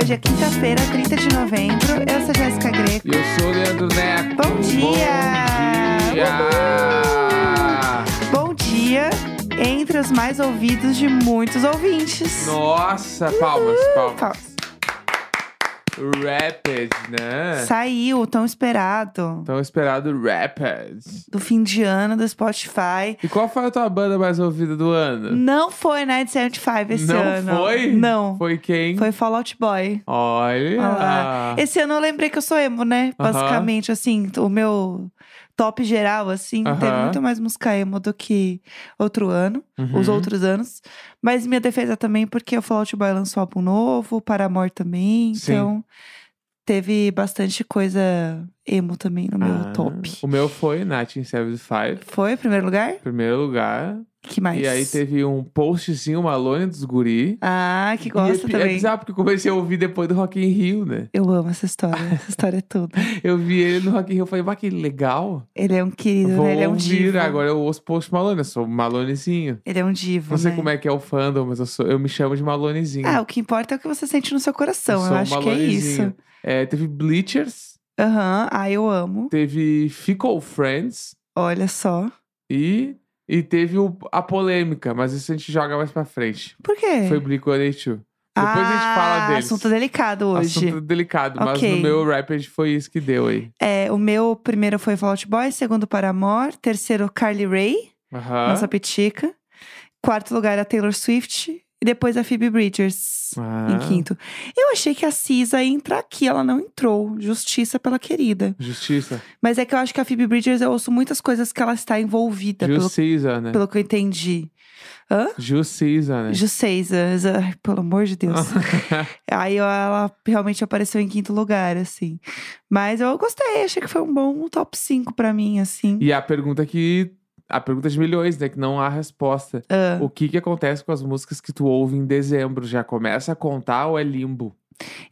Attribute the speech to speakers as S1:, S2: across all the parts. S1: Hoje é quinta-feira, 30 de novembro. Eu sou Jéssica Greco.
S2: Eu sou o Leandro Neco.
S1: Bom dia!
S2: Bom dia!
S1: Bom dia entre os mais ouvidos de muitos ouvintes.
S2: Nossa, palmas, palmas.
S1: Palmas.
S2: Rapid, né?
S1: Saiu o tão esperado
S2: Tão esperado Rapid.
S1: do fim de ano do Spotify.
S2: E qual foi a tua banda mais ouvida do ano?
S1: Não foi né, Night 75 esse
S2: Não
S1: ano.
S2: foi?
S1: Não.
S2: Foi quem?
S1: Foi Fall Out Boy.
S2: Olha!
S1: Olha lá. Esse ano eu lembrei que eu sou emo, né?
S2: Aham.
S1: Basicamente, assim, o meu top geral, assim, teve
S2: Aham.
S1: muito mais música emo do que outro ano,
S2: Uhum.
S1: os outros anos. Mas minha defesa também, porque o Fallout Boy lançou álbum novo, o Paramore também.
S2: Sim.
S1: Então, teve bastante coisa emo também no meu
S2: Ah,
S1: top.
S2: O meu foi Natin 75,
S1: Foi, primeiro lugar?
S2: primeiro lugar.
S1: que mais?
S2: E aí teve um postzinho Malone dos Guri.
S1: Ah, que
S2: E
S1: gosta
S2: é, bi- É
S1: também.
S2: bizarro, porque eu comecei a ouvir depois do Rock in Rio, né?
S1: eu amo essa história, essa história é tudo.
S2: Eu vi ele no Rock in Rio, eu falei, bah, que legal.
S1: Ele é um querido,
S2: Vou
S1: né? Ele é um
S2: ouvir,
S1: divo.
S2: agora eu ouço Post Malone, eu sou Malonezinho.
S1: Ele é um divo,
S2: Não sei
S1: né?
S2: como é que é o fandom, mas eu, sou, eu me chamo de Malonezinho.
S1: Ah, o que importa é o que você sente no seu
S2: eu
S1: coração.
S2: sou um
S1: eu acho que é isso.
S2: Malonezinho. É, teve Bleachers,
S1: Aham, ah, eu amo.
S2: teve Fickle Friends
S1: Olha só.
S2: e, e teve o- a polêmica, mas isso a gente joga mais pra frente.
S1: Por quê?
S2: Foi Blink-182.
S1: ah,
S2: Depois a gente fala deles.
S1: assunto delicado hoje.
S2: Assunto delicado, mas
S1: Ok.
S2: no meu Rapid foi isso que deu aí.
S1: É, o meu primeiro foi Fall Out Boy, segundo Paramore, terceiro Carly Rae,
S2: Aham.
S1: É, nossa pitica. Quarto lugar a Taylor Swift e depois a Phoebe Bridgers.
S2: Ah,
S1: Em quinto. Eu achei que a Cisa ia entrar aqui, ela não entrou. Justiça pela querida.
S2: Justiça.
S1: Mas é que eu acho que a Phoebe Bridgers, eu ouço muitas coisas que ela está envolvida, Então, pelo,
S2: Justiça, né?
S1: pelo que eu entendi. Hã?
S2: Justiça, né?
S1: Justiça, exa- ai, pelo amor de Deus.
S2: Ah.
S1: Aí eu- ela realmente apareceu em quinto lugar, assim. Mas eu gostei, achei que foi um bom top 5 pra mim, assim.
S2: E a pergunta que. A pergunta de milhões, né? Que não há resposta.
S1: Ah.
S2: O que que acontece com as músicas que tu ouve em dezembro? Já começa a contar ou é limbo?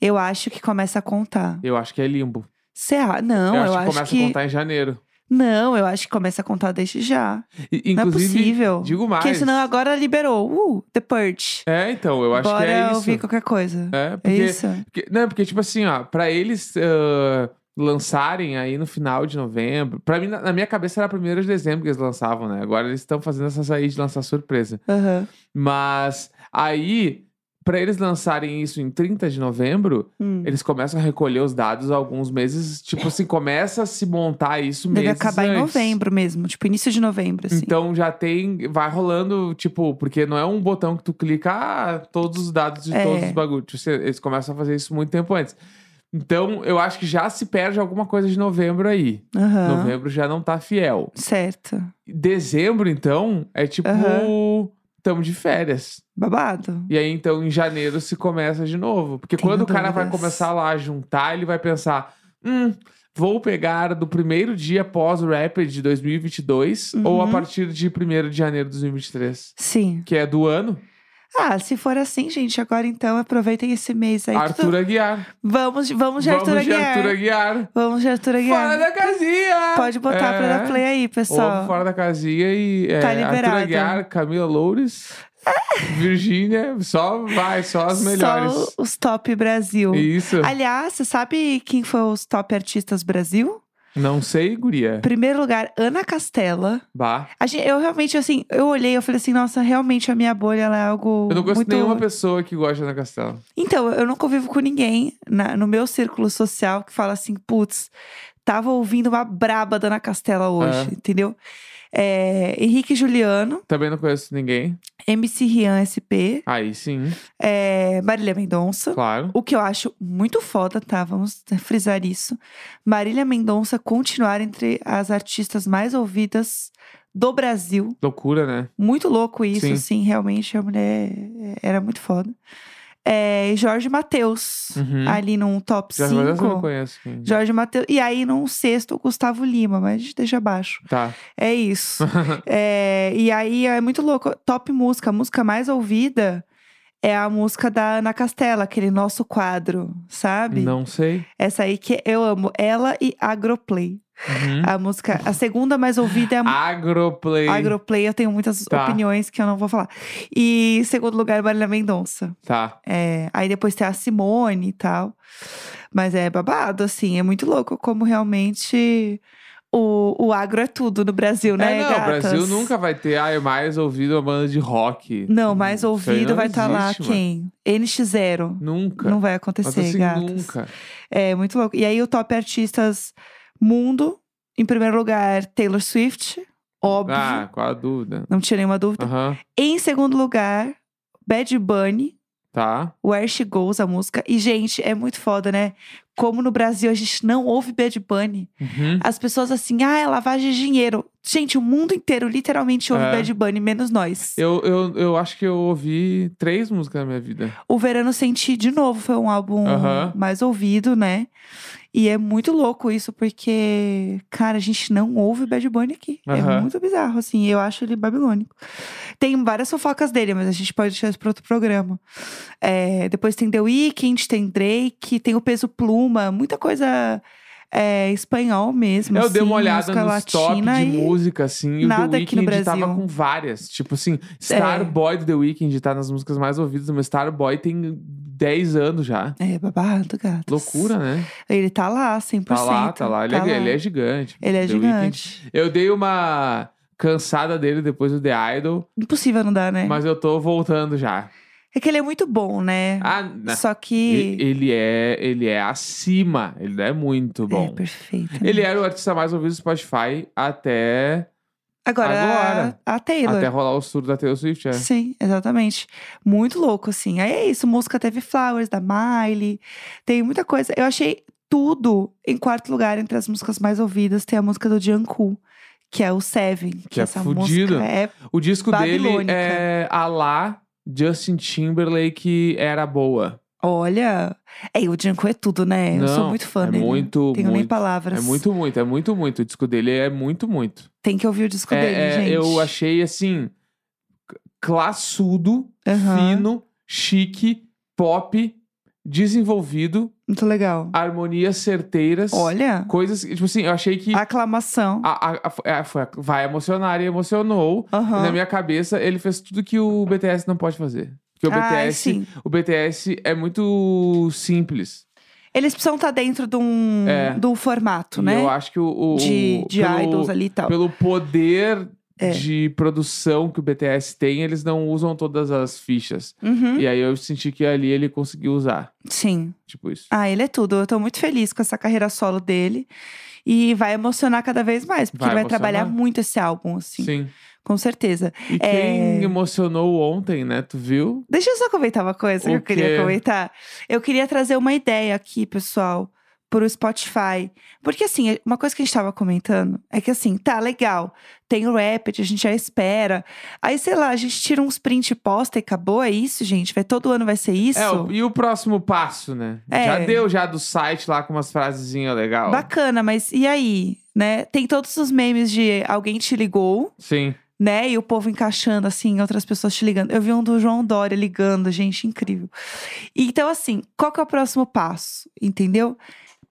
S1: Eu acho que começa a contar.
S2: Eu acho que é limbo.
S1: Será? Não,
S2: eu acho que
S1: acho,
S2: começa
S1: que.
S2: a contar em janeiro.
S1: Não, eu acho que começa a contar desde já.
S2: E,
S1: Não é
S2: inclusive,
S1: possível.
S2: digo mais.
S1: Porque senão agora liberou. Uh, The Purge.
S2: É, então, eu acho
S1: Bora
S2: que é isso.
S1: ouvir qualquer coisa.
S2: É,
S1: É
S2: porque,
S1: isso?
S2: porque- Não, porque, tipo assim, ó, pra eles ah, lançarem aí no final de novembro. Pra mim, na, na minha cabeça, era 1 de dezembro que eles lançavam, né? Agora eles estão fazendo essa saída de lançar surpresa.
S1: Aham.
S2: Mas aí, pra eles lançarem isso em 30 de novembro,
S1: Hum.
S2: eles começam a recolher os dados alguns meses. Tipo assim, começa a se montar isso
S1: Deve
S2: meses
S1: acabar em
S2: antes.
S1: novembro mesmo, tipo, início de novembro, assim.
S2: Então já tem, vai rolando, tipo, porque não é um botão que tu clica, ah, todos os dados de
S1: É.
S2: todos os bagulhos. Tipo, cê- Eles começam a fazer isso muito tempo antes. Então, eu acho que já se perde alguma coisa de novembro aí.
S1: Aham.
S2: Então, Novembro já não tá fiel.
S1: Certo.
S2: Dezembro, então, é tipo. Tamo de férias.
S1: Babado.
S2: E aí, então, em janeiro se começa de novo. Porque
S1: Tenho
S2: quando o cara vai
S1: dúvidas.
S2: começar lá a juntar, ele vai pensar: hum, vou pegar do primeiro dia pós o Rapid de 2022 ou a
S1: Uhum.
S2: partir de 1 de janeiro de 2023,
S1: Sim.
S2: que é do ano.
S1: Ah, se for assim, gente, agora então aproveitem esse mês aí.
S2: Arthur
S1: Tudo-
S2: Aguiar.
S1: Vamos, de- vamos de Arthur
S2: Vamos de
S1: Aguiar.
S2: Arthur Aguiar.
S1: Vamos de Arthur Aguiar.
S2: Fora da É. casinha!
S1: Pode botar pra dar play aí,
S2: Ou
S1: pessoal.
S2: fora da casinha e é,
S1: Tá
S2: Arthur
S1: liberado. É.
S2: Aguiar, Camila Loures, Virgínia, só vai, só as melhores.
S1: Só os top Brasil.
S2: Isso.
S1: Aliás, você sabe quem foi os top artistas Brasil?
S2: Não sei, guria.
S1: Primeiro lugar, Ana Castela.
S2: Bah.
S1: A gen- eu realmente, assim, eu olhei, eu falei assim, nossa, realmente a minha bolha, ela é algo
S2: Eu não conheço
S1: muito...
S2: nenhuma pessoa que gosta de Ana Castela.
S1: Então, eu não convivo com ninguém na- no meu círculo social que fala assim, putz, tava ouvindo uma braba da Ana Castela hoje,
S2: É.
S1: entendeu? É, Henrique Juliano,
S2: Também não conheço ninguém.
S1: MC Rian SP,
S2: Aí sim,
S1: é, Marília Mendonça.
S2: claro.
S1: O que eu acho muito foda, tá? Vamos frisar isso. Marília Mendonça continuar entre as artistas mais ouvidas do Brasil.
S2: Loucura, né?
S1: Muito louco isso,
S2: Sim.
S1: assim, realmente a mulher é, era muito foda. É, Jorge Matheus,
S2: Uhum.
S1: ali num top
S2: Já mas essa eu não
S1: 5.
S2: conheço. quem-
S1: Jorge Matheus. E aí num sexto, o Gustavo Lima, mas a gente deixa abaixo.
S2: Tá.
S1: É isso. É, e aí é muito louco. Top música, a música mais ouvida é a música da Ana Castela, aquele nosso quadro, sabe?
S2: Não sei.
S1: Essa aí que eu amo. Ela e Agroplay.
S2: Uhum.
S1: A música, a segunda mais ouvida é a
S2: Agroplay.
S1: Agroplay. Eu tenho muitas
S2: Ah, Tá.
S1: opiniões que eu não vou falar. E em segundo lugar, Marília Mendonça.
S2: Tá.
S1: É, aí depois tem a Simone e tal. Mas é babado, assim. É muito louco como realmente o, o agro é tudo no Brasil, né,
S2: é, não, o
S1: gatas?
S2: Brasil nunca vai ter ah, é mais ouvido uma banda de rock.
S1: Não, mais
S2: Hum, Isso aí
S1: ouvido
S2: não
S1: vai estar lá
S2: existe, mano.
S1: quem? NX0.
S2: Nunca.
S1: Não vai
S2: Mas
S1: acontecer,
S2: assim,
S1: gatas.
S2: nunca.
S1: É muito louco. E aí o top artistas mundo, em primeiro lugar, Taylor Swift, óbvio,
S2: Ah, qual a dúvida?
S1: não tinha nenhuma dúvida.
S2: Aham,
S1: Em segundo lugar, Bad Bunny,
S2: tá.
S1: Where She Goes, a música. E gente, é muito foda, né? Como no Brasil a gente não ouve Bad Bunny.
S2: Uhum.
S1: As pessoas assim, ah, é lavagem de dinheiro. Gente, o mundo inteiro literalmente ouve
S2: É.
S1: Bad Bunny, menos nós.
S2: Eu, eu, eu acho que eu ouvi três músicas na minha vida.
S1: O Verano Senti, de novo, foi um álbum
S2: Aham.
S1: mais ouvido, né? E é muito louco isso, porque, cara, a gente não ouve o Bad Bunny aqui. É
S2: Aham.
S1: muito bizarro, assim. Eu acho ele babilônico. Tem várias fofocas dele, mas a gente pode deixar isso para outro programa. É, depois tem The Weeknd, tem Drake, tem o Peso Pluma, muita coisa é, espanhol mesmo.
S2: Eu
S1: assim,
S2: dei uma olhada
S1: música
S2: nos top
S1: latina
S2: de
S1: e-
S2: música, assim. E o
S1: nada
S2: The
S1: aqui no
S2: Weeknd tava
S1: Brasil. É.
S2: com várias. Tipo assim, Starboy do The Weeknd tá nas músicas mais ouvidas, mas Starboy tem 10 anos já.
S1: É, babado, gato.
S2: Loucura, né?
S1: Ele tá lá, 100%.
S2: Tá lá, tá lá. Ele, é, ele é gigante.
S1: Ele é
S2: The Weeknd.
S1: gigante.
S2: Eu dei uma cansada dele depois do The Idol,
S1: Impossível não dar, né?
S2: mas eu tô voltando já.
S1: É que ele é muito bom, né?
S2: Ah, na-
S1: Só
S2: e-
S1: que.
S2: ele é, ele é acima. Ele é muito
S1: É
S2: bom.
S1: perfeito. né?
S2: ele era o artista mais ouvido do Spotify até,
S1: Agora,
S2: Agora.
S1: A, a Taylor.
S2: até rolar o surdo da Taylor Swift, é.
S1: Sim, exatamente. Muito louco, assim. Aí é isso. Música teve Flowers, da Miley. Tem muita coisa. Eu achei tudo em quarto lugar entre as músicas mais ouvidas. Tem a música do Jungkook, que é o Seven. Que,
S2: Que é
S1: essa
S2: fudido.
S1: música é
S2: O disco dele
S1: Babilônica.
S2: é a lá Justin Timberlake era boa.
S1: Olha. É, o Jungkook é tudo, né? Eu sou
S2: Não,
S1: muito fã
S2: é
S1: dele.
S2: muito,
S1: Tenho nem
S2: muito.
S1: palavras.
S2: É muito, muito, é muito, muito. O disco dele é muito, muito.
S1: Tem que ouvir o disco
S2: É,
S1: dele,
S2: é,
S1: gente.
S2: Eu achei assim c- classudo,
S1: Aham.
S2: fino, chique, pop, desenvolvido,
S1: Muito legal.
S2: harmonias certeiras,
S1: Olha.
S2: coisas que, tipo assim, eu achei que
S1: Aclamação.
S2: a- a- a- foi- a- foi a- vai emocionar e emocionou.
S1: Aham.
S2: Na minha cabeça, ele fez tudo que o BTS não pode fazer. Porque o
S1: Ai,
S2: BTS
S1: sim.
S2: O BTS é muito simples.
S1: Eles precisam estar dentro de um,
S2: É.
S1: de um formato,
S2: E
S1: né?
S2: Eu acho que o. o-
S1: de de
S2: pelo,
S1: idols ali e tal.
S2: Pelo poder
S1: É.
S2: de produção que o BTS tem, eles não usam todas as fichas.
S1: Uhum,
S2: E aí eu senti que ali ele conseguiu usar.
S1: Sim.
S2: Tipo isso.
S1: Ah, ele é tudo. Eu tô muito feliz com essa carreira solo dele. E vai emocionar cada vez mais, porque
S2: Vai
S1: ele vai trabalhar
S2: emocionar.
S1: muito esse álbum, assim. Com certeza.
S2: E
S1: É.
S2: quem emocionou ontem, né? Tu viu?
S1: Deixa eu só comentar uma coisa que
S2: O
S1: eu queria
S2: quê?
S1: comentar. Eu queria trazer uma ideia aqui, pessoal, pro Spotify. Porque, assim, uma coisa que a gente tava comentando é que, assim, tá legal, tem o Rapid, a gente já espera. Aí, sei lá, a gente tira uns print e posta e acabou, é isso, gente? Vai, todo ano vai ser isso?
S2: É, o- e o próximo passo, né?
S1: É.
S2: Já deu já do site lá com umas frasezinhas legal.
S1: Bacana, mas e aí? Né? Tem todos os memes de alguém te ligou,
S2: Sim.
S1: né? E o povo encaixando, assim, outras pessoas te ligando. Eu vi um do João Dória ligando, gente, incrível. Então, assim, qual que é o próximo passo? Entendeu?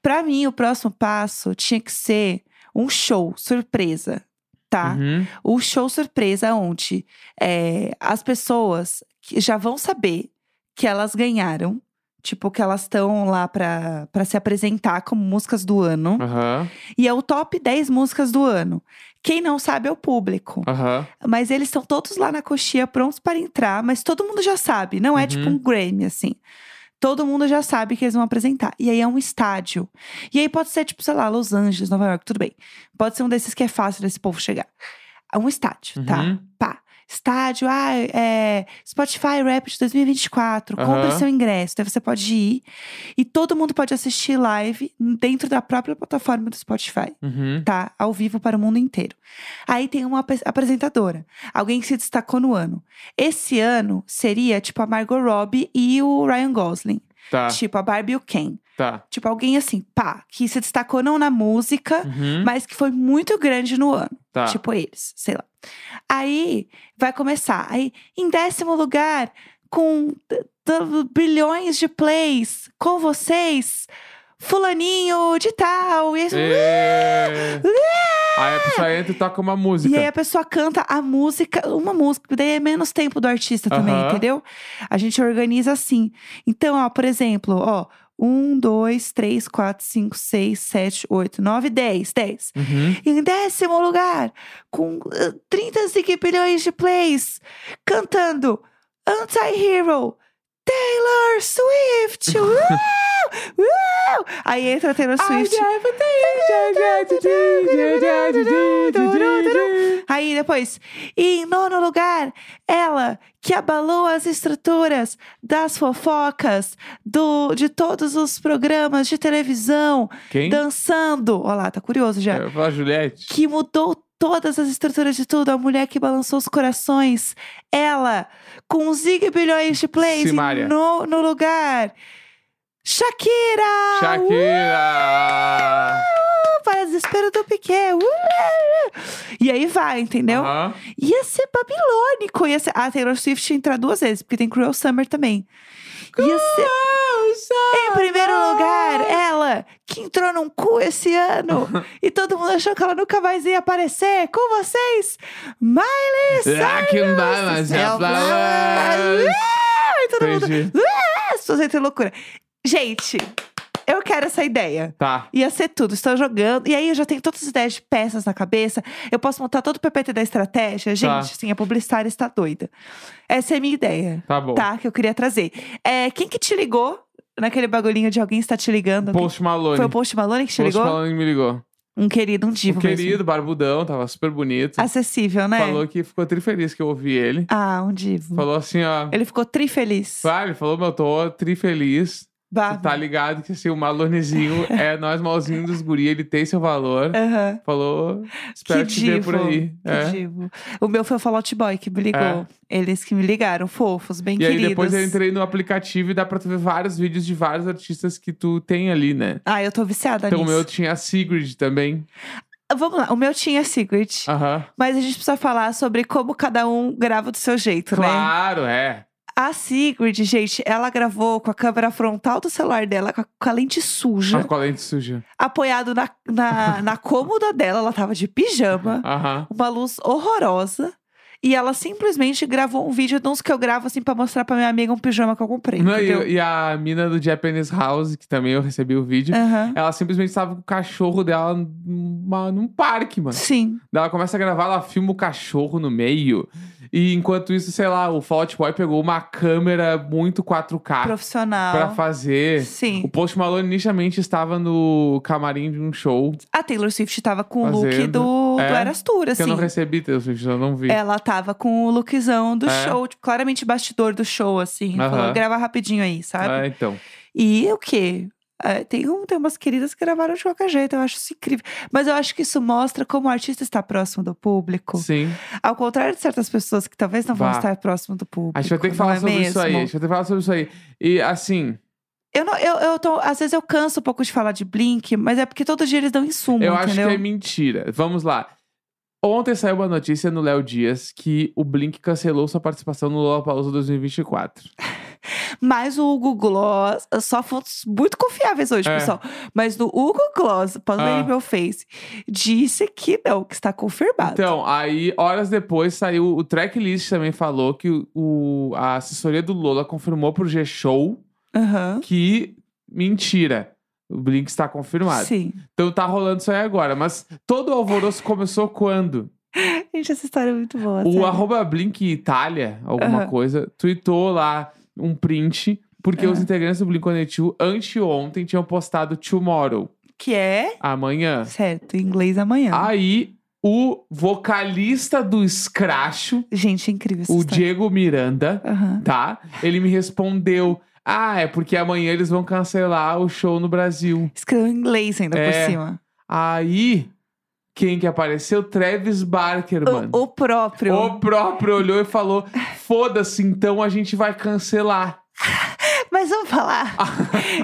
S1: Pra mim, o próximo passo tinha que ser um show surpresa, tá?
S2: Uhum.
S1: O show surpresa onde é, as pessoas que já vão saber que elas ganharam. Tipo, que elas estão lá pra pra se apresentar como músicas do ano.
S2: Aham.
S1: E é o top 10 músicas do ano. Quem não sabe é o público.
S2: Aham.
S1: Mas eles estão todos lá na coxinha prontos para entrar, mas todo mundo já sabe. Não é
S2: Uhum.
S1: tipo um Grammy, assim. Todo mundo já sabe que eles vão apresentar. E aí é um estádio. E aí pode ser, tipo, sei lá, Los Angeles, Nova York, tudo bem. Pode ser um desses que é fácil desse povo chegar. É um estádio, tá?
S2: Uhum.
S1: pá, estádio, ah, é, Spotify Rapid 2024, compre
S2: Aham.
S1: seu ingresso. Daí você pode ir e todo mundo pode assistir live dentro da própria plataforma do Spotify.
S2: Uhum.
S1: Tá, ao vivo para o mundo inteiro. Aí tem uma apres- apresentadora, alguém que se destacou no ano. Esse ano seria tipo a Margot Robbie e o Ryan Gosling,
S2: Tá,
S1: tipo a Barbie e o Ken.
S2: tá.
S1: Tipo alguém assim, pá, que se destacou não na música,
S2: Uhum.
S1: mas que foi muito grande no ano.
S2: tá.
S1: Tipo eles, sei lá. Aí vai começar. Aí, em décimo lugar, com t- t- bilhões de plays com vocês, fulaninho de tal. E aí,
S2: É. Aí a pessoa entra e toca uma música.
S1: E aí a pessoa canta a música, uma música, porque daí é menos tempo do artista também,
S2: Aham.
S1: entendeu? A gente organiza assim. Então, ó, por exemplo, ó, um, dois, três, quatro, cinco, seis, sete, oito, nove, dez, dez.
S2: Uhum.
S1: Em décimo lugar, com eh, 35 bilhões de plays, cantando Anti-Hero, Taylor Swift! Uau! Uau! Aí entra a Taylor Swift. Aí depois, e em nono lugar, ela que abalou as estruturas das fofocas, do, de todos os programas de televisão,
S2: Quem?
S1: dançando. Olha lá, tá curioso já.
S2: Eu ia falar Juliette.
S1: Que mudou todas as estruturas de tudo, a mulher que balançou os corações. Ela, com zig bilhões de plays, em
S2: Simária.
S1: no, no lugar. Shakira!
S2: Shakira!
S1: Uh, para desespero do Piquet! Uh! E aí vai, entendeu?
S2: Aham.
S1: Ia ser babilônico. Ia ser... A Taylor Swift ia entrar duas vezes, porque tem Cruel Summer também. Ia ser... Em primeiro lugar, ela, que entrou num cu esse ano. e todo mundo achou que ela nunca mais ia aparecer. Com vocês, Miley Cyrus!
S2: Rock and Ballad,
S1: Ela-
S2: Flowers.
S1: Ah, e todo mundo...
S2: Entendi.
S1: Ah, As pessoas entram em loucura. Gente, eu quero essa ideia.
S2: Tá.
S1: Ia ser tudo, estou jogando. E aí eu já tenho todas as ideias de peças na cabeça. Eu posso montar todo o PPT da estratégia. Gente,
S2: Tá.
S1: assim, a publicitária está doida. Essa é a minha ideia,
S2: Tá bom.
S1: tá? Que eu queria trazer. É, quem que te ligou naquele bagulhinho de alguém está te ligando?
S2: Post Malone.
S1: Foi o Post Malone que te
S2: Post
S1: ligou?
S2: Malone me ligou.
S1: Um querido, um
S2: O
S1: divo mesmo.
S2: querido, barbudão, tava super bonito.
S1: Acessível, né?
S2: Falou que ficou tri feliz que eu ouvi ele.
S1: Ah, um divo.
S2: Falou assim, ó.
S1: Ele ficou trifeliz.
S2: Ah, ele falou, meu, tô tri feliz.
S1: Bah.
S2: Tu tá ligado que assim, o Malonezinho é nós malzinhos dos guri, ele tem seu valor.
S1: Aham.
S2: Falou,
S1: É. Que
S2: espero te ver
S1: divo,
S2: por aí.
S1: que
S2: É.
S1: divo. O meu foi o Fall Out Boy que me ligou.
S2: É.
S1: Eles que me ligaram, fofos, bem
S2: E aí
S1: queridos.
S2: depois eu entrei no aplicativo e dá pra tu ver vários vídeos de vários artistas que tu tem ali, né?
S1: Ah, eu tô viciada
S2: Então o
S1: nisso. Ah,
S2: meu tinha a Sigrid também.
S1: Vamos lá, o meu tinha Secret.
S2: Aham.
S1: Mas a gente precisa falar sobre como cada um grava do seu jeito, né?
S2: Claro, é.
S1: A Sigrid, gente, ela gravou com a câmera frontal do celular dela, com a, com a lente
S2: Mas
S1: suja,
S2: com a lente suja.
S1: apoiado na, na, na cômoda dela, ela tava de pijama,
S2: Aham.
S1: uma luz horrorosa. E ela simplesmente gravou um vídeo de uns que eu gravo assim pra mostrar pra minha amiga um pijama que eu comprei.
S2: Não,
S1: entendeu?
S2: e, e a mina do Japanese House, que também eu recebi o vídeo,
S1: Aham.
S2: ela simplesmente tava com o cachorro dela numa- num parque, mano.
S1: Sim.
S2: Daí Ela começa a gravar, ela filma o cachorro no meio. E enquanto isso, sei lá, o Fallout Boy pegou uma câmera muito 4K
S1: profissional.
S2: Ah, pra fazer. O
S1: Sim.
S2: Post Malone nitidamente estava no camarim de um show.
S1: A Taylor Swift tava com o look
S2: Fazendo.
S1: do, do
S2: É,
S1: Eras Tour,
S2: Que eu
S1: assim.
S2: não recebi, Taylor Swift, eu não vi.
S1: Ela tava com o lookzão do
S2: É.
S1: show, tipo, claramente bastidor do show, assim.
S2: Aham.
S1: Falou, grava rapidinho aí, sabe?
S2: Ah, então.
S1: E o quê? É, tem, um, tem umas queridas que gravaram de qualquer jeito, eu acho isso incrível. Mas eu acho que isso mostra como o artista está próximo do público.
S2: Sim.
S1: Ao contrário de certas pessoas que talvez não vão
S2: Bah.
S1: estar próximo do público.
S2: A gente vai ter que
S1: não
S2: falar
S1: é
S2: sobre isso aí. A
S1: mesmo?
S2: gente vai ter que falar sobre isso aí. E assim,
S1: Eu, não, eu, eu tô, às vezes eu canso um pouco de falar de Blink, mas é porque todo dia eles dão insumo,
S2: eu acho
S1: entendeu?
S2: que é mentira. Vamos lá. Ontem saiu uma notícia no Léo Dias que o Blink cancelou sua participação no Lollapalooza 2024.
S1: Mas o Hugo Gloss, só fontes muito confiáveis hoje,
S2: É.
S1: pessoal. Mas no Hugo Gloss, posso
S2: Ah.
S1: ler no meu face, disse que não, que está confirmado.
S2: Então, aí, horas depois, saiu o tracklist também falou que o- o, a assessoria do Lola confirmou pro G-Show
S1: Aham.
S2: que mentira. O Blink está confirmado.
S1: Sim.
S2: Então tá rolando isso aí agora. Mas todo o alvoroço começou quando?
S1: Gente, essa história é muito boa.
S2: O
S1: sério.
S2: arroba Blink Itália, alguma
S1: Aham.
S2: coisa, tweetou lá um print, porque os
S1: Aham.
S2: integrantes do Blink One anteontem tinham postado Tomorrow,
S1: Que é,
S2: amanhã.
S1: certo, em inglês amanhã.
S2: Aí, o vocalista do Scratcho,
S1: Gente, é incrível essa
S2: o
S1: história.
S2: Diego Miranda,
S1: Aham.
S2: tá? Ele me respondeu: Ah, é porque amanhã eles vão cancelar o show no Brasil.
S1: Escreveu em inglês ainda
S2: É.
S1: por cima.
S2: Aí, quem que apareceu? Travis Barker, mano.
S1: O, o próprio.
S2: O próprio olhou e falou: Foda-se, então a gente vai cancelar. Ah.
S1: Mas vamos falar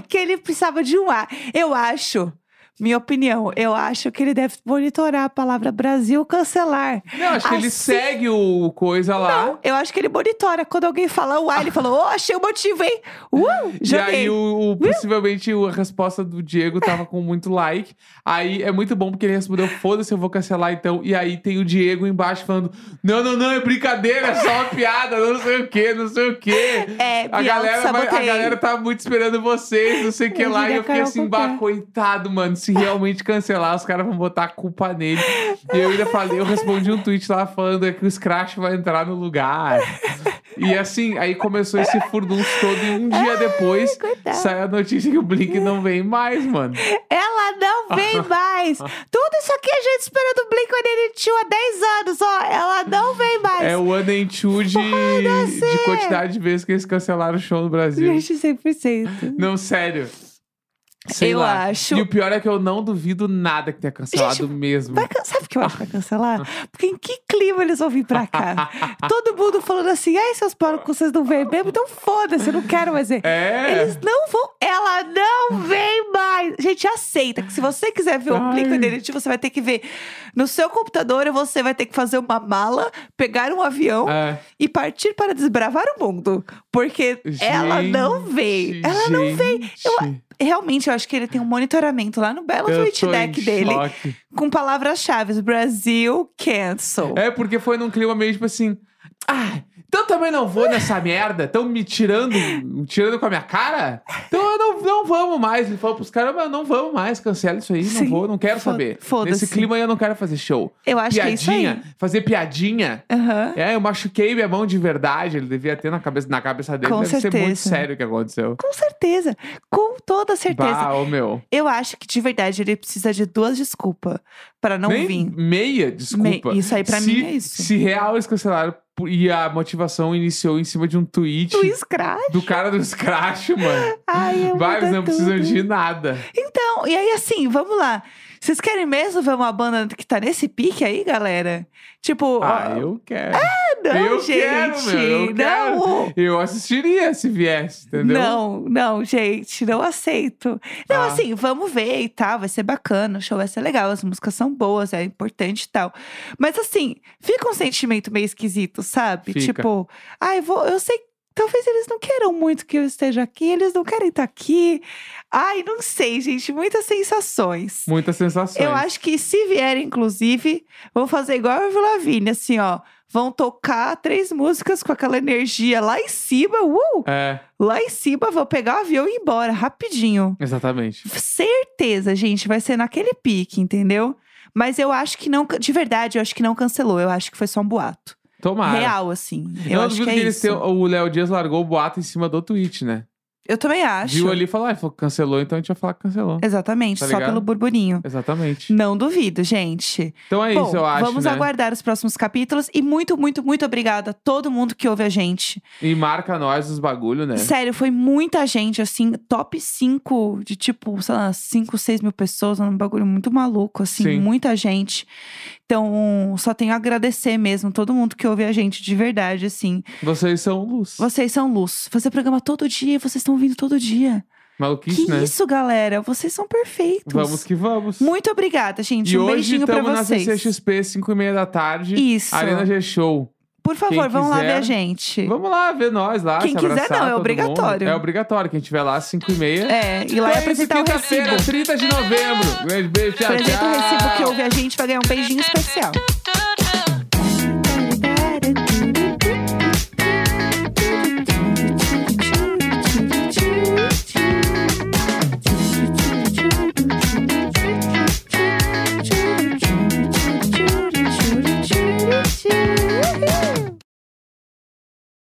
S1: que ele precisava de um A. Eu acho. Minha opinião, eu acho que ele deve monitorar a palavra Brasil cancelar.
S2: Não, acho que ele
S1: Assim-
S2: segue o coisa lá.
S1: Não, eu acho que ele monitora. Quando alguém fala uai, ele falou, oh, achei o motivo, hein? Uh,
S2: E
S1: joguei.
S2: aí, o, o- possivelmente, o- a resposta do Diego tava com muito like. Aí é muito bom porque ele respondeu: foda-se, eu vou cancelar então. E aí tem o Diego embaixo falando: não, não, não, é brincadeira, é só uma piada, não sei o quê, não sei o quê.
S1: É,
S2: A
S1: Biel,
S2: galera, vai- a
S1: sabotei.
S2: galera tá muito esperando vocês, não sei o que
S1: Eu
S2: lá. E
S1: diria
S2: eu fiquei
S1: Carol
S2: assim,
S1: Conká.
S2: bah, coitado, mano. Se realmente cancelar, os caras vão botar a culpa nele. E eu ainda falei, eu respondi um tweet lá falando é que o Scratch vai entrar no lugar. E assim, aí começou esse furdunço todo e um dia depois
S1: coitado.
S2: sai a notícia que o Blink não vem mais, mano.
S1: Ela não vem mais. Tudo isso aqui a gente esperando o Blink-182 há 10 anos, ó. Ela não vem mais.
S2: É o One and Two de, de quantidade de vezes que eles cancelaram o show no Brasil.
S1: Gente, 100%.
S2: Não, sério. Sei
S1: Eu
S2: lá.
S1: acho-
S2: E o pior é que eu não duvido nada que tenha cancelado mesmo.
S1: Vai can- Sabe o que eu acho que vai cancelar? Porque em que clima eles vão vir pra cá? Todo mundo falando assim, ai, seus porcos, vocês não vêm mesmo? Então foda-se, eu não quero mais ver.
S2: É.
S1: Eles não vão. Ela não vem mais. Gente, aceita que se você quiser ver um o
S2: Ai.
S1: Blink Delete, tipo, você vai ter que ver no seu computador. Você vai ter que fazer uma mala, pegar um avião
S2: É.
S1: e partir para desbravar o mundo. Porque ela não vem.
S2: Gente,
S1: Ela não vem. Eu,
S2: gente.
S1: realmente, eu acho que ele tem um monitoramento lá no belo
S2: Eu
S1: tweet
S2: tô
S1: deck
S2: em
S1: dele.
S2: choque.
S1: Com palavras-chave: Brasil cancel.
S2: É, porque foi num clima meio tipo assim. Ah, então também não vou nessa merda. Estão me tirando, tirando com a minha cara? Então eu não, não vamos mais. Ele falou pros caras, mas não vamos mais, cancela isso aí,
S1: Sim.
S2: não vou, não quero
S1: Fo-
S2: saber.
S1: foda-se.
S2: Nesse clima aí eu não quero fazer show.
S1: Eu acho que é isso
S2: piadinha,
S1: aí.
S2: fazer piadinha.
S1: Aham.
S2: É, eu machuquei minha mão de verdade. Ele devia ter na cabeça, na cabeça dele.
S1: Com
S2: Deve ser muito
S1: certeza.
S2: sério o que aconteceu.
S1: Com certeza. Com toda certeza.
S2: Bah, ô meu.
S1: Eu acho que de verdade ele precisa de duas desculpas pra não
S2: Nem
S1: vir.
S2: Meia, desculpa.
S1: Me- isso aí pra
S2: se,
S1: mim é isso.
S2: Se real eles cancelaram por- e a motivação iniciou em cima de um tweet
S1: Do escravo.
S2: do cara do Scratch, mano.
S1: Ai, eu
S2: Vai, eles não precisam
S1: tudo.
S2: de nada.
S1: Então, e aí assim, vamos lá. Vocês querem mesmo ver uma banda que tá nesse pique aí, galera? Tipo,
S2: Ah,
S1: ó,
S2: eu quero.
S1: não,
S2: eu
S1: gente.
S2: quero, meu. Eu quero.
S1: não.
S2: Eu assistiria se viesse, entendeu?
S1: Não, não, gente, não aceito. Não,
S2: Ah.
S1: assim, vamos ver e tal, vai ser bacana, o show vai ser legal, as músicas são boas, é importante e tal. Mas assim, fica um sentimento meio esquisito, sabe?
S2: Fica.
S1: Tipo, ai, vou, eu sei, talvez eles não queiram muito que eu esteja aqui, eles não querem estar aqui. Ai, não sei, gente, muitas sensações.
S2: Muitas sensações.
S1: Eu acho que se vier, inclusive, vão fazer igual a Vilavine, assim, ó. Vão tocar três músicas com aquela energia lá em cima, uh!
S2: É,
S1: lá em cima, vou pegar o avião e ir embora, rapidinho.
S2: exatamente.
S1: Certeza, gente, vai ser naquele pique, entendeu? Mas eu acho que não, de verdade, eu acho que não cancelou, eu acho que foi só um boato.
S2: Tomara.
S1: Real, assim. Eu,
S2: não
S1: acho
S2: duvido
S1: que é
S2: eles
S1: isso.
S2: tenham- o Léo Dias largou o boato em cima do tweet, né?
S1: Eu também acho.
S2: Viu ali e falou, ah, falou que cancelou, então a gente vai falar que cancelou.
S1: Exatamente,
S2: Tá
S1: só
S2: ligado?
S1: pelo burburinho.
S2: Exatamente.
S1: Não duvido, gente.
S2: Então é
S1: Bom,
S2: isso, eu acho.
S1: vamos
S2: né?
S1: aguardar os próximos capítulos. E muito, muito, muito obrigada a todo mundo que ouve a gente.
S2: E marca nós os bagulho, né?
S1: Sério, foi muita gente, assim, top 5 de tipo, sei lá, 5, 6 mil pessoas, um bagulho muito maluco, assim,
S2: Sim.
S1: muita gente. Então, só tenho a agradecer mesmo todo mundo que ouve a gente, de verdade, assim.
S2: Vocês são luz.
S1: Vocês são luz. Fazer programa todo dia, e vocês estão vindo todo dia.
S2: Maluquice,
S1: que
S2: né?
S1: isso, galera? Vocês são perfeitos.
S2: Vamos que vamos.
S1: Muito obrigada, gente.
S2: e
S1: um
S2: hoje
S1: beijinho pra
S2: na
S1: vocês.
S2: CCXP, 5 e meia da tarde.
S1: Isso.
S2: Arena G Show.
S1: Por favor,
S2: quem
S1: vão lá ver
S2: quiser,
S1: a gente.
S2: Vamos lá ver nós lá.
S1: Quem
S2: se
S1: quiser
S2: abraçar,
S1: não, é
S2: todo
S1: obrigatório.
S2: mundo. É obrigatório. Quem estiver lá, 5 e meia.
S1: É, e
S2: Então
S1: lá é
S2: é
S1: apresentar o
S2: isso, quinta-feira,
S1: recibo.
S2: 30 de novembro. Grande beijo, tchau,
S1: Apresenta
S2: tchau.
S1: o recibo que ouve a gente, vai ganhar um beijinho especial.